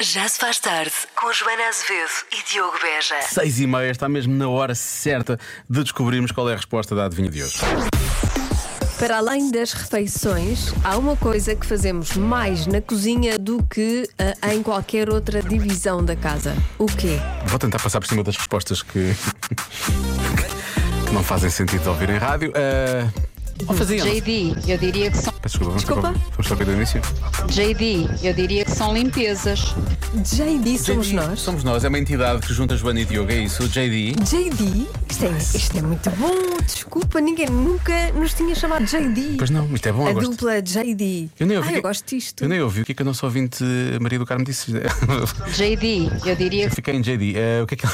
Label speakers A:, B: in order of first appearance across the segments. A: Já se faz tarde com Joana Azevedo e Diogo Beja.
B: Seis e meia está mesmo na hora certa de descobrirmos qual é a resposta da adivinha de hoje.
C: Para além das refeições, há uma coisa que fazemos mais na cozinha do que ah, em qualquer outra divisão da casa. O quê?
B: Vou tentar passar por cima das respostas que que não fazem sentido de ouvir em rádio. Ah, Ou faziam. Peço
D: JD, eu diria que são
B: desculpa, vamos
C: Desculpa?
B: ter- Vamos ter do início.
D: JD, eu diria que são limpezas.
C: JD somos
B: JD,
C: nós.
B: Somos nós, é uma entidade que junta Joana e Diogo, é isso? O JD.
C: JD? Isto é, isto é muito bom. Desculpa, ninguém nunca nos tinha chamado JD.
B: Pois não, isto é bom,
C: A
B: eu gosto.
C: dupla JD.
B: Eu nem ouvi.
C: ah, eu
B: que- é
C: gosto disto.
B: Eu nem ouvi o que é que a nossa ouvinte eh, Maria do Carmo disse.
D: JD, eu diria,
B: Eu fiquei em JD. Ah, o, que é que,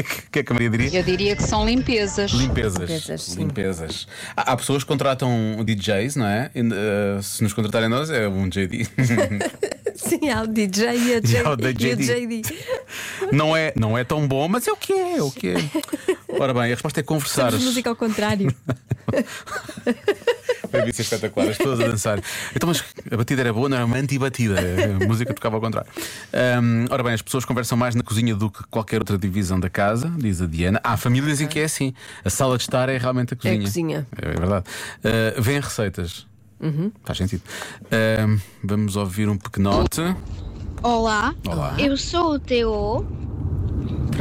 B: o que é que a Maria diria?
D: eu diria que são limpezas.
B: Limpezas.
C: Limpezas, sim.
B: Limpezas. Há, há pessoas que contratam DJs, não é? E, eh, se nos contratarem nós, é um JD.
C: Sim, há o DJ e, a
B: E
C: J-
B: há o da
C: e o
B: JD.
C: JD.
B: não, é, não é tão bom, mas é o que é, é o que é. Ora bem, a resposta é conversar.
C: Somos música ao contrário.
B: Foi isso espetacular, as pessoas a dançar. Então, mas a batida era boa, não era uma antibatida. A música tocava ao contrário. Ahm, ora bem, as pessoas conversam mais na cozinha do que qualquer outra divisão da casa, diz a Diana. Há famílias em que é assim. A sala de estar é realmente a cozinha.
C: cozinha. Uhum.
B: É verdade. Ah, vêm receitas. Faz sentido. Ahm, vamos ouvir um pequenote.
E: Olá,
B: Olá.
E: eu sou o Teo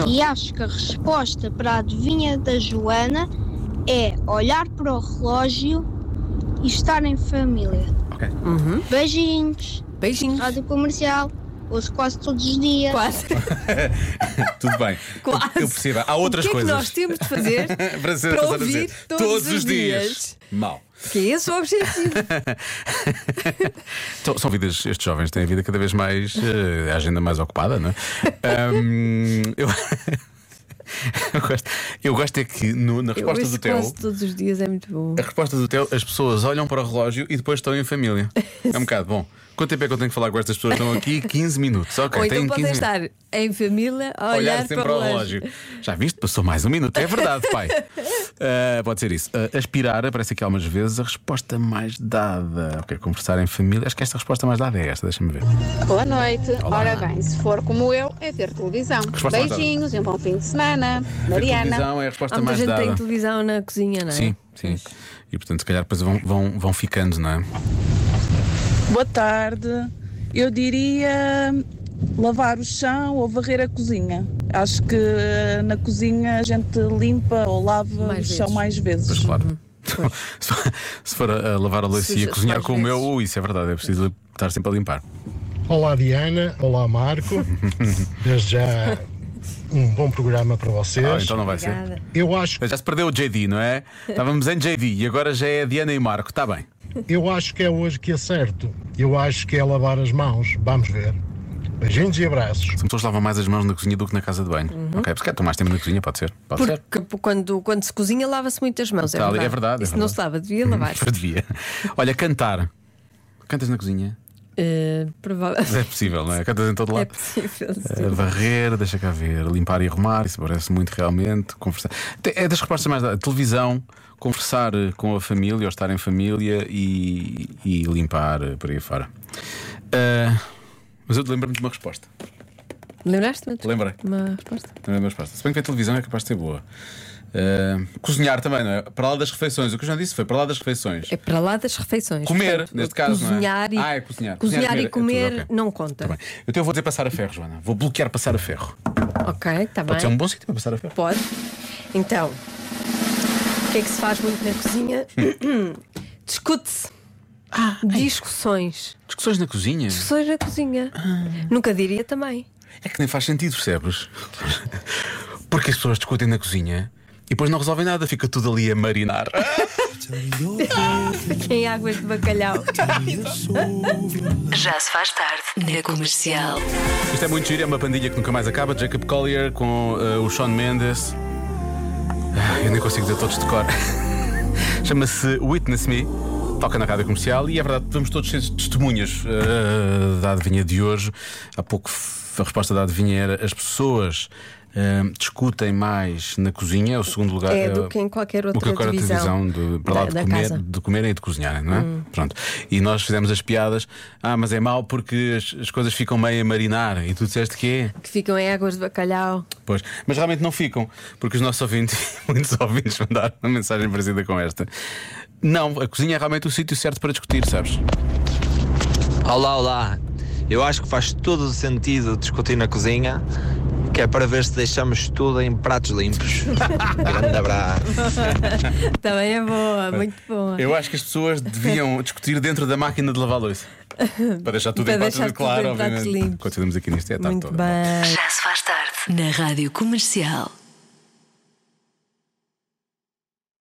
E: e acho que a resposta para a adivinha da Joana é olhar para o relógio e estar em família.
B: Ok.
E: Beijinhos,
C: Beijinhos.
E: rádio comercial, ouço quase todos os dias.
C: Quase.
B: Tudo bem.
C: Quase.
B: Eu percebo. Há outras
C: o que é que
B: coisas.
C: nós temos de fazer
B: Para, ser-
C: para
B: só dizer,
C: ouvir todos, os dias?
B: Mal.
C: Que é esse o objetivo.
B: Então, são vidas, estes jovens têm a vida cada vez mais. eh, a agenda mais ocupada, não é? Ahm, eu, eu gosto, eu gosto é que no- na
C: Eu
B: resposta
C: ouço
B: do Teo.
C: quase todos os dias é muito bom.
B: A resposta do Teo, as pessoas olham para o relógio e depois estão em família. É um bocado bom. Quanto tempo é que eu tenho que falar com estas pessoas? Estão aqui 15 minutos. Ok,
C: Ou então
B: têm
C: podem
B: 15 minutos.
C: estar em família a olhar,
B: Olhar sempre
C: para o
B: ao relógio. Já viste? Passou mais um minuto. É verdade, pai. Ah, pode ser isso. Ah, aspirar, aparece aqui algumas vezes, a resposta mais dada. Ok, conversar em família. Acho que esta resposta mais dada é esta, deixa-me ver.
F: Boa noite. Ora bem, se for como eu, é ver televisão.
B: Resposta mais
F: Beijinhos e um bom fim de semana.
B: A
F: Mariana.
B: televisão é a resposta
C: Há muita
B: mais
C: gente que
B: dada.
C: tem televisão na cozinha, não é?
B: Sim, sim. E portanto, se calhar depois vão, vão, vão ficando, não é?
G: Boa tarde. Eu diria hum, lavar o chão ou varrer a cozinha. Acho que hum, na cozinha a gente limpa ou lava
C: Mais
G: o chão
C: vezes.
G: mais vezes.
B: Pois
C: Uhum.
B: claro. se for- se for a, a lavar a louça e a
C: Suja-se
B: cozinhar
C: às
B: com o meu,
C: vezes.
B: ui, isso é verdade, é preciso estar sempre a limpar. Ah,
H: Olá Diana, olá Marco. Desde já um bom programa para vocês.
B: Ah, então não vai
C: Obrigada.
H: Eu acho,
B: ser. Já se perdeu o JD, não é? Estávamos em JD e agora já é Diana e Marco, está bem.
H: eu acho que é hoje que acerto. Eu acho que é lavar as mãos. Vamos ver. Beijinhos e abraços.
B: As pessoas lavam mais as mãos na cozinha do que na casa de banho.
C: Uhum.
B: Ok, porque estão mais tempo na cozinha, pode ser. Pode ser.
C: Porque p- quando, quando se cozinha, lava-se muitas mãos.
B: Tá
C: é,
B: ali,
C: verdade.
B: é verdade, é
C: Isso não
B: verdade.
C: se lava, devia lavar.
B: Mas devia. Olha, cantar. Cantas na cozinha?
C: Eh, prova-
B: Mas é possível, não é? Cantas em todo
C: É
B: lado.
C: possível.
B: Eh,
C: Sim.
B: Varrer, deixa cá ver, limpar e arrumar, isso parece muito realmente. Conversar. Te- É das respostas mais da televisão, conversar eh, com a família ou estar em família e, e limpar eh, por aí fora. Ah, mas eu lembro-me de uma resposta.
C: Lembraste-me?
B: Lembrei.
C: Uma resposta.
B: Também é uma resposta. Se bem que a televisão é capaz de ser boa. Ah, cozinhar também, não é? Para lá das refeições. O que eu já disse foi para lá das refeições.
C: É para lá das refeições.
B: Comer, neste caso, não é?
C: Cozinhar e,
B: Ah, é cozinhar.
C: cozinhar
B: Cozinhar e
C: e comer,
B: comer, é tudo, ok.
C: não
B: Tá
C: conta.
B: bem. Eu até vou dizer passar a ferro, Joana. Vou bloquear passar a ferro.
C: Ok, está
B: Pode ser
C: bem.
B: um bom sítio para passar a ferro.
C: Pode. Então, o que é que se faz muito na cozinha? Discute-se. Discussões.
B: Discussões na cozinha.
C: Discussões na cozinha. Nunca diria também.
B: É que nem faz sentido, percebes? Porque as pessoas discutem na cozinha e depois não resolvem nada, fica tudo ali a marinar.
C: Em águas de bacalhau.
A: Já se faz tarde na comercial.
B: Isto é muito giro, é uma pandilha que nunca mais acaba. Jacob Collier com eh, o Sean Mendes. Ah, eu nem consigo dizer todos de cor. Chama-se Witness Me. Toca na rádio comercial e é verdade, vamos todos ser testemunhas eh, da adivinha de hoje. Há pouco f- a resposta da adivinha era as pessoas eh, discutem mais na cozinha, é o segundo lugar.
C: É
B: eh,
C: do que em qualquer
B: o
C: outra
B: que agora a
C: divisão
B: televisão de, para lá
C: da-
B: de,
C: da
B: comer,
C: casa. Hum.
B: de comerem e de cozinharem, não é? Pronto. E nós fizemos as piadas, ah, mas é mau porque as, as coisas ficam meio a marinar e tu disseste que é.
C: Que ficam em águas de bacalhau.
B: Pois, mas realmente não ficam, porque os nossos ouvintes, muitos ouvintes, mandaram uma mensagem parecida com esta. Não, a cozinha é realmente o sítio certo para discutir, sabes?
I: Olá, olá. Eu acho que faz todo o sentido discutir na cozinha, que é para ver se deixamos tudo em pratos limpos. Grande abraço.
C: Também é boa, muito boa.
B: Eu acho que as pessoas deviam discutir dentro da máquina de lavar louça. Para deixar tudo
C: Para
B: em pratos
C: deixar tudo
B: claro,
C: em pratos
B: obviamente.
C: limpos.
B: tá Continuamos aqui nisto, é a tarde
C: Muito
B: toda.
C: bem.
A: Já se faz tarde na Rádio Comercial.